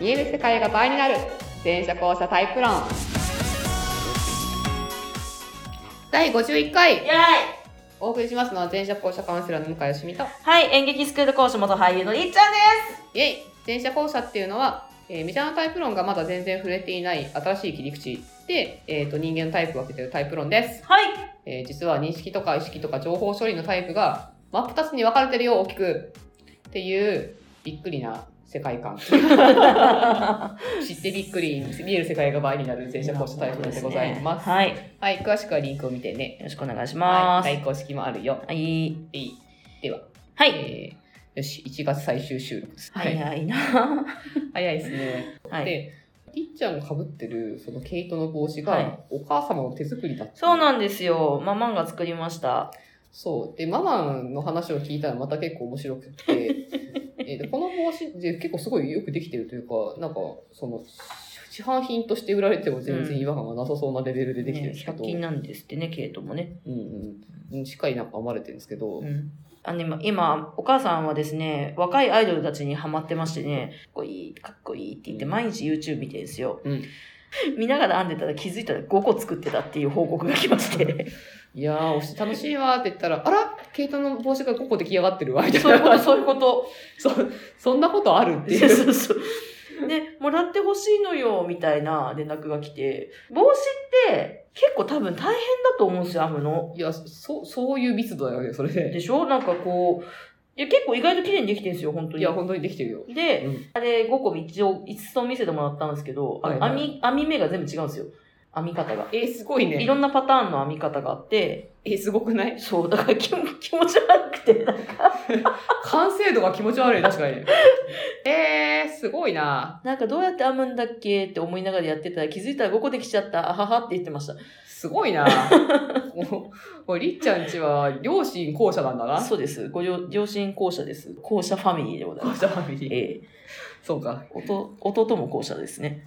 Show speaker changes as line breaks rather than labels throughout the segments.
見える世界が倍になる全社交差タイプ論第51
イ
回
エーイ
お送りしますのは全社交差カウンセラーの向井よしみと
はい、演劇スクール講師元俳優のりっちゃんです
イエイ全社交差っていうのは、えーメジャーなタイプ論がまだ全然触れていない新しい切り口で、えー、と人間のタイプを分けてるタイプ論です
はい
えー実は認識とか意識とか情報処理のタイプが真っ二つに分かれてるよ、大きく。っていう、びっくりな世界観。 知ってびっくり、見える世界が倍になる全社講師タイプでございます。
はい、よ
はい、詳しくはリンクを見てね。
ろしくお願いし
は
ま
い、
す。
LINE 公式もあるよ。
はい。
えいでは、
はい。
えーよし、1月最終収録です。はい、
早いな。
早いですね。
はい。
で、りっちゃんが被ってる、その毛糸の帽子が、
はい
お母様の手作りだった。
そうなんですよ。ママンが作りました。
そう。で、ママの話を聞いたらまた結構面白く て、えーでこの帽子で結構すごいよくできてるというか、なんか、その、市販品として売られても全然違和感がなさそうなレベルでできてるんですけ
ね
ど、
100均なんですってね、ケイトもね。
うんうんうん。しっかりなんか編まれてるんですけど、
うん。あの今、今、お母さんはですね、若いアイドルたちにハマってましてね、かっこいい、かっこいいって言って、
うん
毎日 YouTube 見てるんですよ。
うん
見ながら編んでたら気づいたら5個作ってたっていう報告が来まして。
いやー、押して楽しいわーって言ったら、あら毛糸の帽子が5個出来上がってるわ、みたい
そういうこと、
な。
そういうこと。
そ、そんなことあるって
そう
いう。
そうそう。ね、もらってほしいのよ、みたいな連絡が来て、帽子って結構多分大変だと思うんですよ、編むの。
いや、そ、そういう密度だよね、それ
で
で。
しょなんかこう、いや結構意外と綺麗にできてるんですよ、本当
い
に。
や、本当にできてるよ。
で、
うん
あれ5個一応5つとも見せてもらったんですけど、あ
はいはい
編み、編み目が全部違うんですよ。編み方が。
えー、すごい
い
ね
ろ。んなパターンの編み方があって、
えー、すごくない
そう、だから気も 気持ち悪くて、なんか
完成度が気持ち悪い、確か に。えー、すごいな
なんかどうやって編むんだっけって思いながらやってたら気づいたら5個できちゃった、あははって言ってました。
すごい なもう、もうりっちゃんちは両親後者なんだな。
そうです。ご両両親校舎です。校舎ファミリーでござい
後
ます。
者ファミリー。
ええ
そうか。
おと弟も校舎ですね。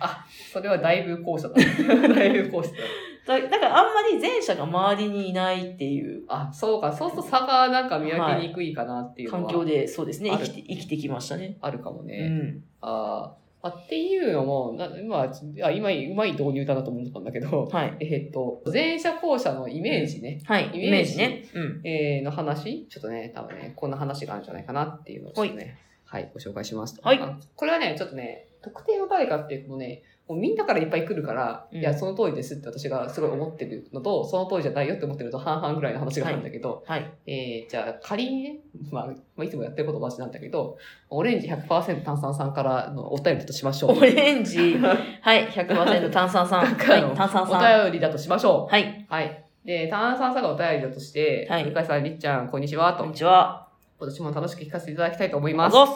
それはだいぶ後 者だ。だいぶ後者だ。
だだからあんまり前者が周りにいないっていう
あ、そうか。そうすると差がなんか見分けにくいかなっていうの
環
は
境で、そうですね、
あ
生
る
きて、生きてきましたね。
あるかもね。
うん。
あーあ。っていうのも、なまあ、あ今、うまい導入だなと思ったんだけど、
はい。
えーっと、前者後者のイメージね。
はい、
イ
イ
メ
メ
ー
ー
ジ
ジね。うん。
えーの話、ちょっとね、多分ね、こんな話があるんじゃないかなっていうのをちょっとね、はい、ご紹介しますと。
はい
あこれはね、ちょっとね、特定の誰かっていうのね、もうみんなからいっぱい来るから、
うん
いや、その通りですって私がすごい思ってるのと、その通りじゃないよって思ってるのと半々ぐらいの話があるんだけど、
はい。
えーじゃあ仮にね、まあ、まあ、いつもやってること同じなんだけど、オレンジ100%炭酸さんからのお便りだとしましょう。
オレンジ、 はい、100%炭酸さん。は
からの
い、炭酸
お
さん。
便りだとしましょ
はい、
う。はい。で、炭酸さんがお便りだとして、
はい
向井さん、りっちゃん、こんにちは、と
こん。にちは。
今年も楽しく聞かせていただきたいと思い
あ
ます。
ぞっす。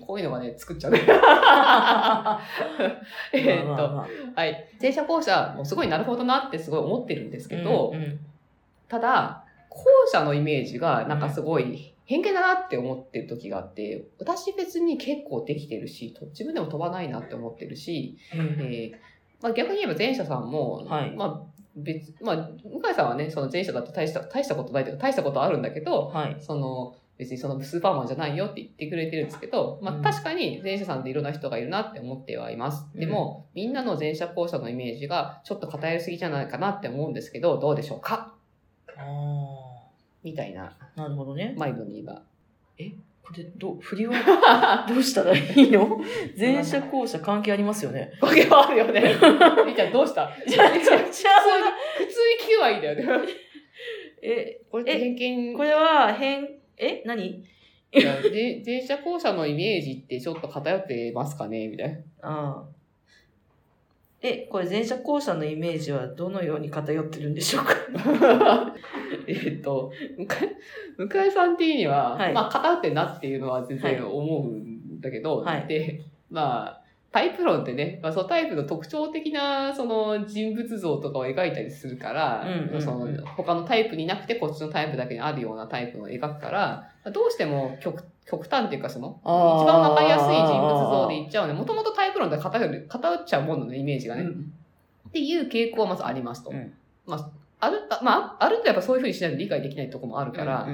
こういうのがね、作っちゃう ね。 えーっ
まあまあ
と、
まあ
はい。前者後者、もすごいなるほどなってすごい思ってるんですけど、
うんうん
ただ、後者のイメージがなんかすごい偏見だなって思ってる時があって、私別に結構できてるし、と自分でも飛ばないなって思ってるし、
うん
えーまあ、逆に言えば前者さんも、
はい
まあ別、まあ、向井さんはね、その前者だと大した、大したことないというか、大したことあるんだけど、
はい。
その、別にそのスーパーマンじゃないよって言ってくれてるんですけど、ま
う
あ
ん
確かに前者さんっていろんな人がいるなって思ってはいます。
うん
でも、みんなの前者後者のイメージがちょっと偏りすぎじゃないかなって思うんですけど、どうでしょうか
ああ
みたいな、
ー、なるほどね。
マイルドに 今。
これ、どう、振りはどうしたらい いの前者後者関係ありますよね。
わけはあるよ ね。みーちゃんどうした普通に、普通に聞けばいいんだよ ね。
え、
これって偏見
これは変、え、何
いやで前者後者のイメージってちょっと偏ってますかねみたいな。
ああ。え、これ前者後者のイメージはどのように偏ってるんでしょう か
えっと、向井向井さん的には、
はい
まあ、偏ってんなっていうのは全然思うんだけど、
はい
で、まあ、タイプ論ってね、まあ、そのタイプの特徴的な、その人物像とかを描いたりするから、
うんうんうん
その他のタイプになくて、こっちのタイプだけにあるようなタイプを描くから、まあどうしても極極端っていうか、その、一番わかりやすい人物像でいっちゃうね。もともとタイプ論って偏る、偏っちゃうもののイメージがね。っていう傾向はまずありますと。
うん
まあ、ある、あまあ、あるとやっぱそういうふうにしないと理解できないところもあるから、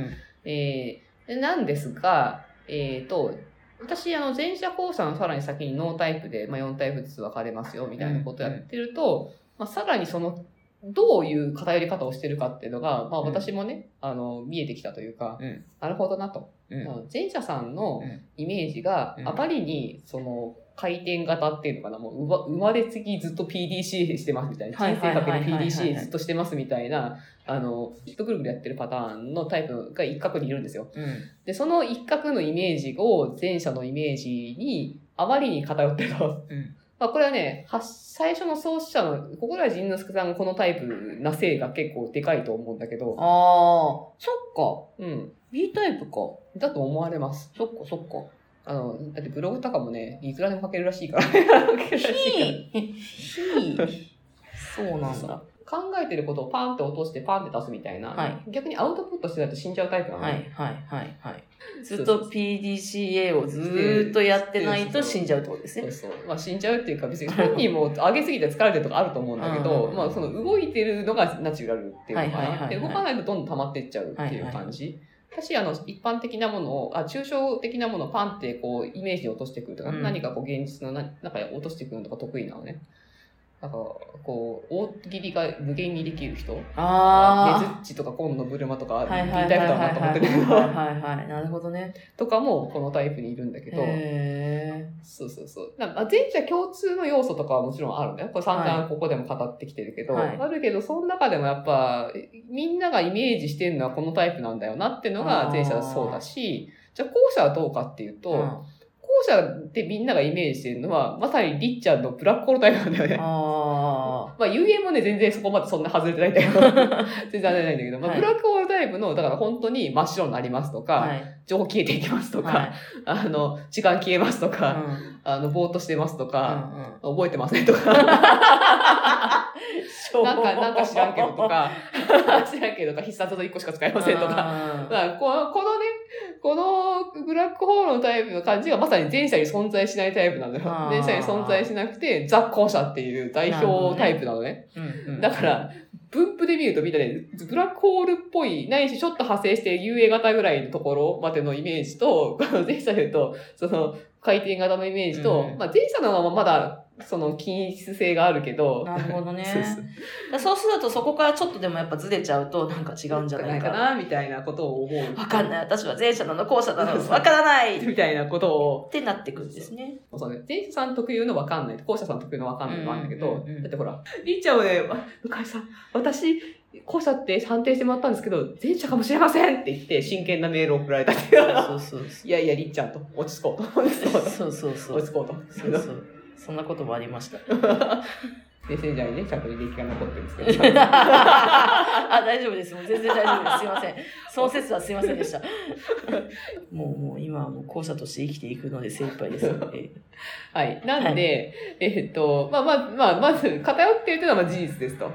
えーなんですが、えっ、と、私、あの、前者後者のさらに先にノータイプで、まあ、4タイプずつ分かれますよ、みたいなことやってると、まあ、さらにその、どういう偏り方をしてるかっていうのが、まあ、
うん
私もね、あの、見えてきたというか、
うん
なるほどなと。
うん
あの前者さんの
うん
イメージが
う、ん
あまりに、その、回転型っていうのかな、もううわ、生まれつきずっと PDCA してますみたいな、
はい
人
はい
生
はい
か
はい
け
はい
る PDCA ずっとしてますみたいな、あの、ずっとぐるぐるやってるパターンのタイプが一角にいるんですよ。
うん
で、その一角のイメージを前者のイメージにあまりに偏ってた。
うん
まあこれはね、は最初の創始者の、ここでは仁之助さんがこのタイプなせいが結構でかいと思うんだけ
あ
ど、
あ、そっ
う
か。
ん、
B タ イプか。
だと思われます。
そっかそっか。
あの、だってブログとかもね、いくらでも書けるらしいから。 書けるらしい
ひーひーそうなんだ。
から考えてることをパンって落としてパンって出すみたいな、
はい
逆にアウトプットしてないと死んじゃうタイプなの、
はいはいはいはい。ずっ
そうそ
と PDCA をずーっとやってないと死んじゃうってことです
そう
ね。
そう。まあ死んじゃうっていうか、別に本人も上げすぎて疲れてるとかあると思うんだけ
う
ど、
ん
まあその動いてるのがナチュラルっていうのか
はいはいはいは
な。
い
で動かないとどんどん溜まっていっちゃうっていう感じ。私、あの、一般的なものを、あ、抽象的なものをパンってこう、イメージに落としてくるとか、
うん
何かこう、現実のな中に落としてくるのとか得意なのね。なんか、こう、大喜利が無限にできる人。ねず
あ
っちとか、今野ブルマとか、
あ。
リ
はいは
ー
いはい
タ
は
イプ
い
だなと思ってるけ
はい
ど、
はいはいはい。なるほどね。
とかもこのタイプにいるんだけど、
へ
そうそうそう。なんか前者共通の要素とかはもちろんあるんだよ。これ散々ここでも語ってきてるけど、
はい
あるけど、その中でもやっぱ、みんながイメージしてるのはこのタイプなんだよなっていうのが
あー
前者はそうだし、じゃあ後者はどうかっていう
ー
と、後者でみんながイメージしてるのは、まさにりっちゃんのブラックホールタイプなんだよ
うん
ね。
あ
まあ、遊泳もね、全然そこまでそんな外れてないんだ けど、全然外れてないんだけど、まあ、
はい
ブラックホールタイプの、だから本当に真っ白になりますとか、
あ。はい。
情報消えていきますとか、
はい
あの、時間消えますと
う
か、
ん
あの、ぼーっとしてますとか、
うんうん
覚えてません とか、なんか、なんか知らんけどとか、 知らんけどとか、必殺技1個しか使えませんとか。
あ
だ
ー
からこのこのね、このブラックホールのタイプの感じがまさに前者に存在しないタイプなのよ
あ。ー
前者に存在しなくて、ザ・後者っていう代表タイプなのね。
うんうん
だから、分布で見るとみんなね、ブラックホールっぽい、ないしちょっと派生して UA 型ぐらいのところまでのイメージと、 この前者で言うと、その回転型のイメージと、
うん
まあ前者のまままだその均一性があるけど、
なるほどね。
そうそう
だからそうするとそこからちょっとでもやっぱずれちゃうとなんか違うんじゃないかな。
なみたいなことを思う。
わかんない。私は前者なの、後者な
そうそ
の、
う
わからないっ
みたいなことを、
てなってくるんですね。
そうね、前者さん特有のわかんないと、後者さん特有のわかんないもあるんだけど、
うんうんうん
だってほら、りーちゃんはね、わ向井さん、私、後者って判定してもらったんですけど、前者かもしれませんって言って、真剣なメールを送られたっていう。
そうそうそ
いやいや、りっちゃんと、落ち着こうと。
う。そうそうそう。
落ち着こうと。
そうそう。そんなこともありました。
メッセンジャーにね、ちゃんと履歴が残ってるんですけど。
あ、大丈夫です。もう全然大丈夫です。すいません。その説はすいませんでした。もうもう今はもう後者として生きていくので精一杯 です。え
はい。なんで、えーっと、まあまあ、まあ、まず、偏っているというのはまあ事実ですと。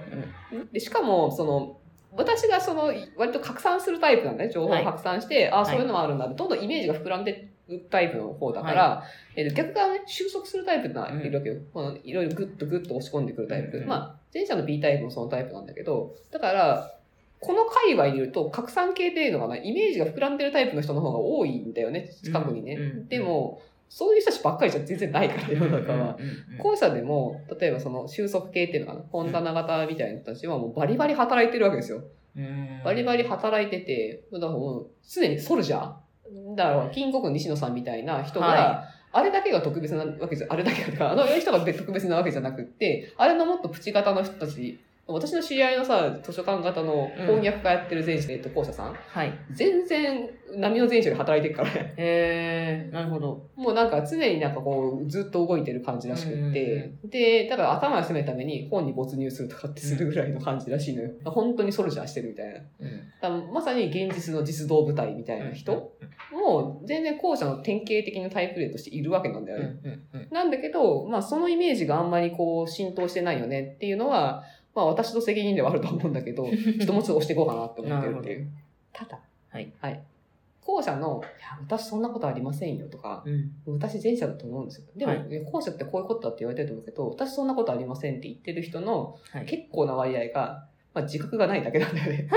でしかも、その、私がその、割と拡散するタイプなんだね。情報
は
を
い
拡散して、ああ、
はい
そういうのもあるんだ。どんどんイメージが膨らんでるタイプの方だから、えーっと逆側ね、収束するタイプがいるわけよ。このいろいろグッとグッと押し込んでくるタイプ。
うんうん
まあ、前者の B タイプもそのタイプなんだけど、だから、この界隈にいると、拡散系っていうのかな、イメージが膨らんでるタイプの人の方が多いんだよね、近くにね。
うんうん
でも、そういう人たちばっかりじゃ全然ないから、世の中は。後者でも、例えばその収束系っていうのかな、本棚型みたいな人たちはもうバリバリ働いてるわけですよ。バリバリ働いてて、だからもう常にソルジャーだから、金国西野さんみたいな人が、
は
あれだけが特別なわけじゃ、あれだけが、あの人が別特別なわけじゃなくって、あれのもっとプチ型の人たち、私の知り合いのさ、図書館型の翻訳家やってる前者、えっと、校舎さん
はい。
全然、波の前者より働いてるからね。
えー、なるほど。
もうなんか常になんかこうずっと動いてる感じらしくって、
うんうんう
で、だから頭を休めるために本に没入するとかってするぐらいの感じらしいのよ。本当にソルジャーしてるみたいな。だからまさに現実の実動部隊みたいな人も全然後者の典型的なタイプ例としているわけなんだよね。なんだけど、まあそのイメージがあんまりこう浸透してないよねっていうのは、まあ私の責任ではあると思うんだけど、ちょっともうちょっと押していこうかなって思ってるっ ていう。ただ、
はい。
はい。後者の、いや、私そんなことありませんよとか、私前者だと思うんですよ。でも、
はい
え後者ってこういうことだって言われてると思うけど、私そんなことありませんって言ってる人の
はい
結構な割合が、 まあ自覚がないだけなんだよね。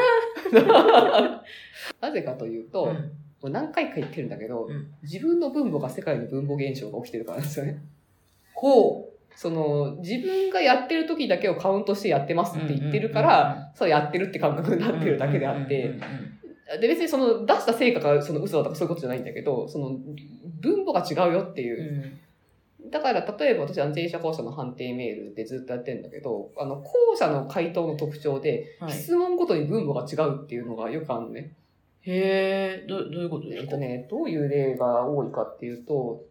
なぜかというと、もう何回か言ってるんだけど、
うん
自分の分母が世界の分母現象が起きてるからなんですよね。
ほ
その、自分がやってる時だけをカウントしてやってますって言ってるか
うんうんうん
ら、そうやってるって感覚に
う
なってるだけであっ
うんう
て、
んうんうん
で別にその出した成果がその嘘だとかそういうことじゃないんだけど、その分母が違うよっていうう。
ん
だから例えば私、安全者校舎の判定メールでずっとやってるんだけど、あの、校舎の回答の特徴で、
はい、
質問ごとに分母が違うっていうのがよくあるのね。
へえ、どどういうことで
え
す
っ
か
とね、どういう例が多いかっていうと、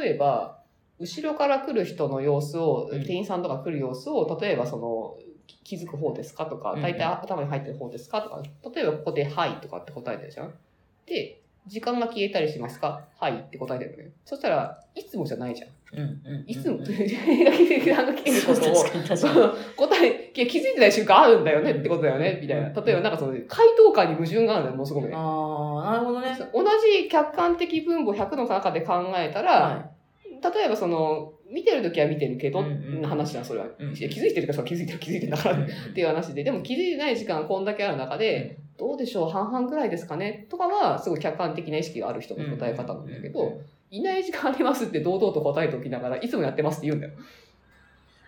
例えば、後ろから来る人の様子を、
うん
店員さんとか来る様子を、例えばその、き気づく方ですかとか
うんう、ん
大体頭に入ってる方ですかとか、例えばここで、はいとかって答えてるじゃん。で、時間が消えたりしますかはいって答えてるよね。そしたら、いつもじゃないじゃん。
うんうん
いつも、
うん うん
時間が消える
そ
こ
う
とを。
確かに確
そ
かに。
の答え、いや気づいてない瞬間あるんだよねってことだよね、みたいな。例えばなんかその、回答感に矛盾があるんだよ、ものすごくね。
ああ、なるほどね。
同じ客観的分母100の中で考えたら、
は
例えばその、見てる時は見てるけど、
うんうん
話じゃん、それは。
う
い
ん
や気づいてるからそれは気づいてる、気づいてるんだからっ
い。うん
ていう話で、でも気づいてない時間がこんだけある中で、どうでしょう、半々ぐらいですかねとかは、すごい客観的な意識がある人の答え方なんだけど、
うんうんうん
いない時間ありますって堂々と答えておきながら、いつもやってますって言うんだよ。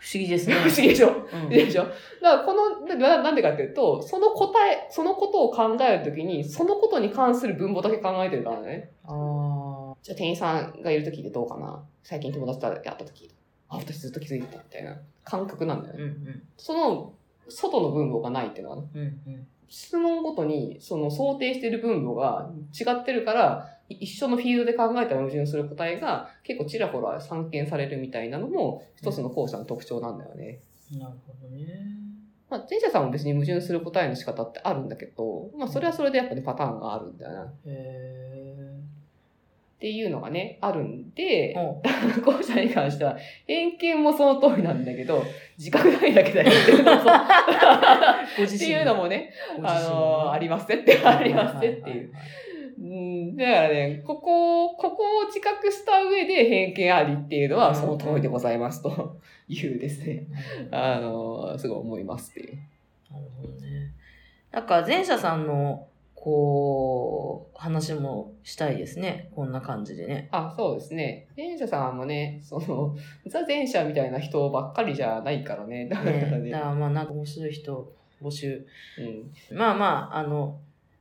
不思議です
不
ね。
思議でしょ
うん
でしょだからこの、ななんでかっていうと、その答え、そのことを考えるときに、そのことに関する分母だけ考えてるからね。
あ
じゃあ店員さんがいる時でどうかな最近友達と会った時あ私ずっと気づいてたみたいな感覚なんだよ
あ。
ね、
うんうん
その外の分母がないっていうのはね
うんうん。
質問ごとにその想定している分母が違ってるからい一緒のフィールドで考えたら矛盾する答えが結構ちらほら散見されるみたいなのも一つの校舎の特徴なんだよね。
なるほどね。
まあ、前者さんも別に矛盾する答えの仕方ってあるんだけど、まあ、それはそれでやっぱりパターンがあるんだよなっ
へえ。
ていうのがね、あるんで、
お
後者に関しては、偏見もその通りなんだけど、自覚ないだけだよっていうのも
ご
って
自身
いうのもね、
ご
あ
自身
のありますねって、ありますねっていう。。うんだからね、ここを、ここを自覚した上で偏見ありっていうのはその通りでございますというですね、
あ
あのすごい思いますっていう。
なるほどね。なんか前者さんのこう話もしたいですね。こんな感じでね。
あ、そうですね。前者さんもね、その、ザ前者みたいな人ばっかりじゃないからね。だから
ねだか
ね、
らまあなんか面白い人募集。
うん。
まあまああの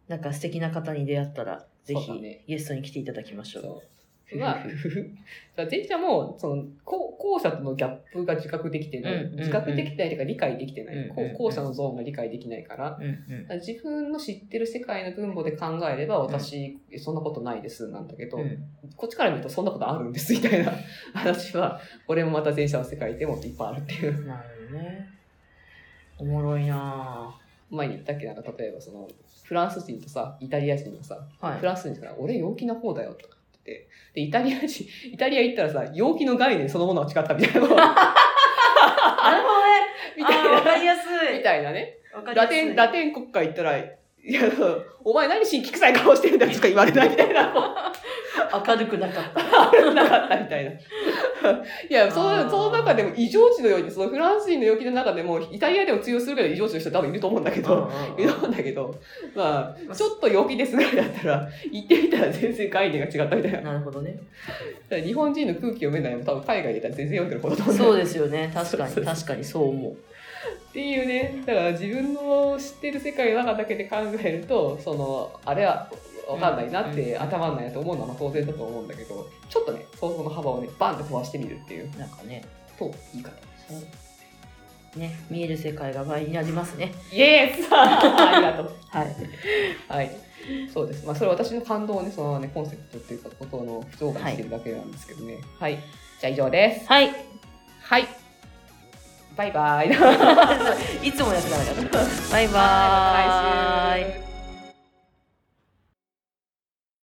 なんか素敵な方に出会ったらぜ
そうだ
ひ、
ね
ゲストに来ていただきましょう。
そう。まあ、前者も、その、後後者とのギャップが自覚できてない。
うんうんうん
自覚できてないというか理解できてない。
うんうん
こう後者のゾーンが理解できないから。
うんうん
だから自分の知ってる世界の分母で考えれば、私、そんなことないです、なんだけど、
うん
こっちから見るとそんなことあるんです、みたいな話は、俺もまた前者の世界でもっといっぱいあるっていう。
なるほどね。おもろいな
前に言ったっけなんか、例えばその、フランス人とさ、イタリア人がさ、
ぁ。は い
フ。ランス人から俺陽気な方だよとか言ってて、で、イタリア人、 イタリア行ったらさ、陽気の概念そのものは違ったみたいな こと。
なるほどね。
みたい
あーわか
な。
りやすい。
みたいなね。
わかりや
ラ
すい
テン、ラテン国家行ったら、いや、そうお前何しんき臭い顔してるんだよとか言われないみたいな。
明るくなかった。
なかったみたいな。いや、そ
あー
の、その中でも異常値のように、そのフランス人の陽気の中でも、イタリアでも通用するぐらい異常値の人多分いると思うんだけど。いると思うんだけど、まあ、ちょっと陽気ですぐらいだったら、行ってみたら全然概念が違ったみたいな。
なるほどね。
だから日本人の空気読めないのも多分海外でいたら全然読んでることだと思
そう
う
ですよね。確かに、
そうそうそう
確かにそう思う。
っていうねだから自分の知ってる世界の中だけで考えるとそのあれはわかんないなっ
うん
て頭んないなと思うのは当然だと思うんだけどちょっとね想像の幅をねバンと壊してみるっていう
なんかね、
といいかと思いま
ね、見える世界が倍になりますね。
すイエス ありがとう
はい。
はいそうですまあそれは私の感動をねそのねコンセプトっていうかことの不動感してるだけなんですけどねはい、じゃあ以上です
はい。
はいバイバイ
いつもやってなかった。バイバーイ。
来週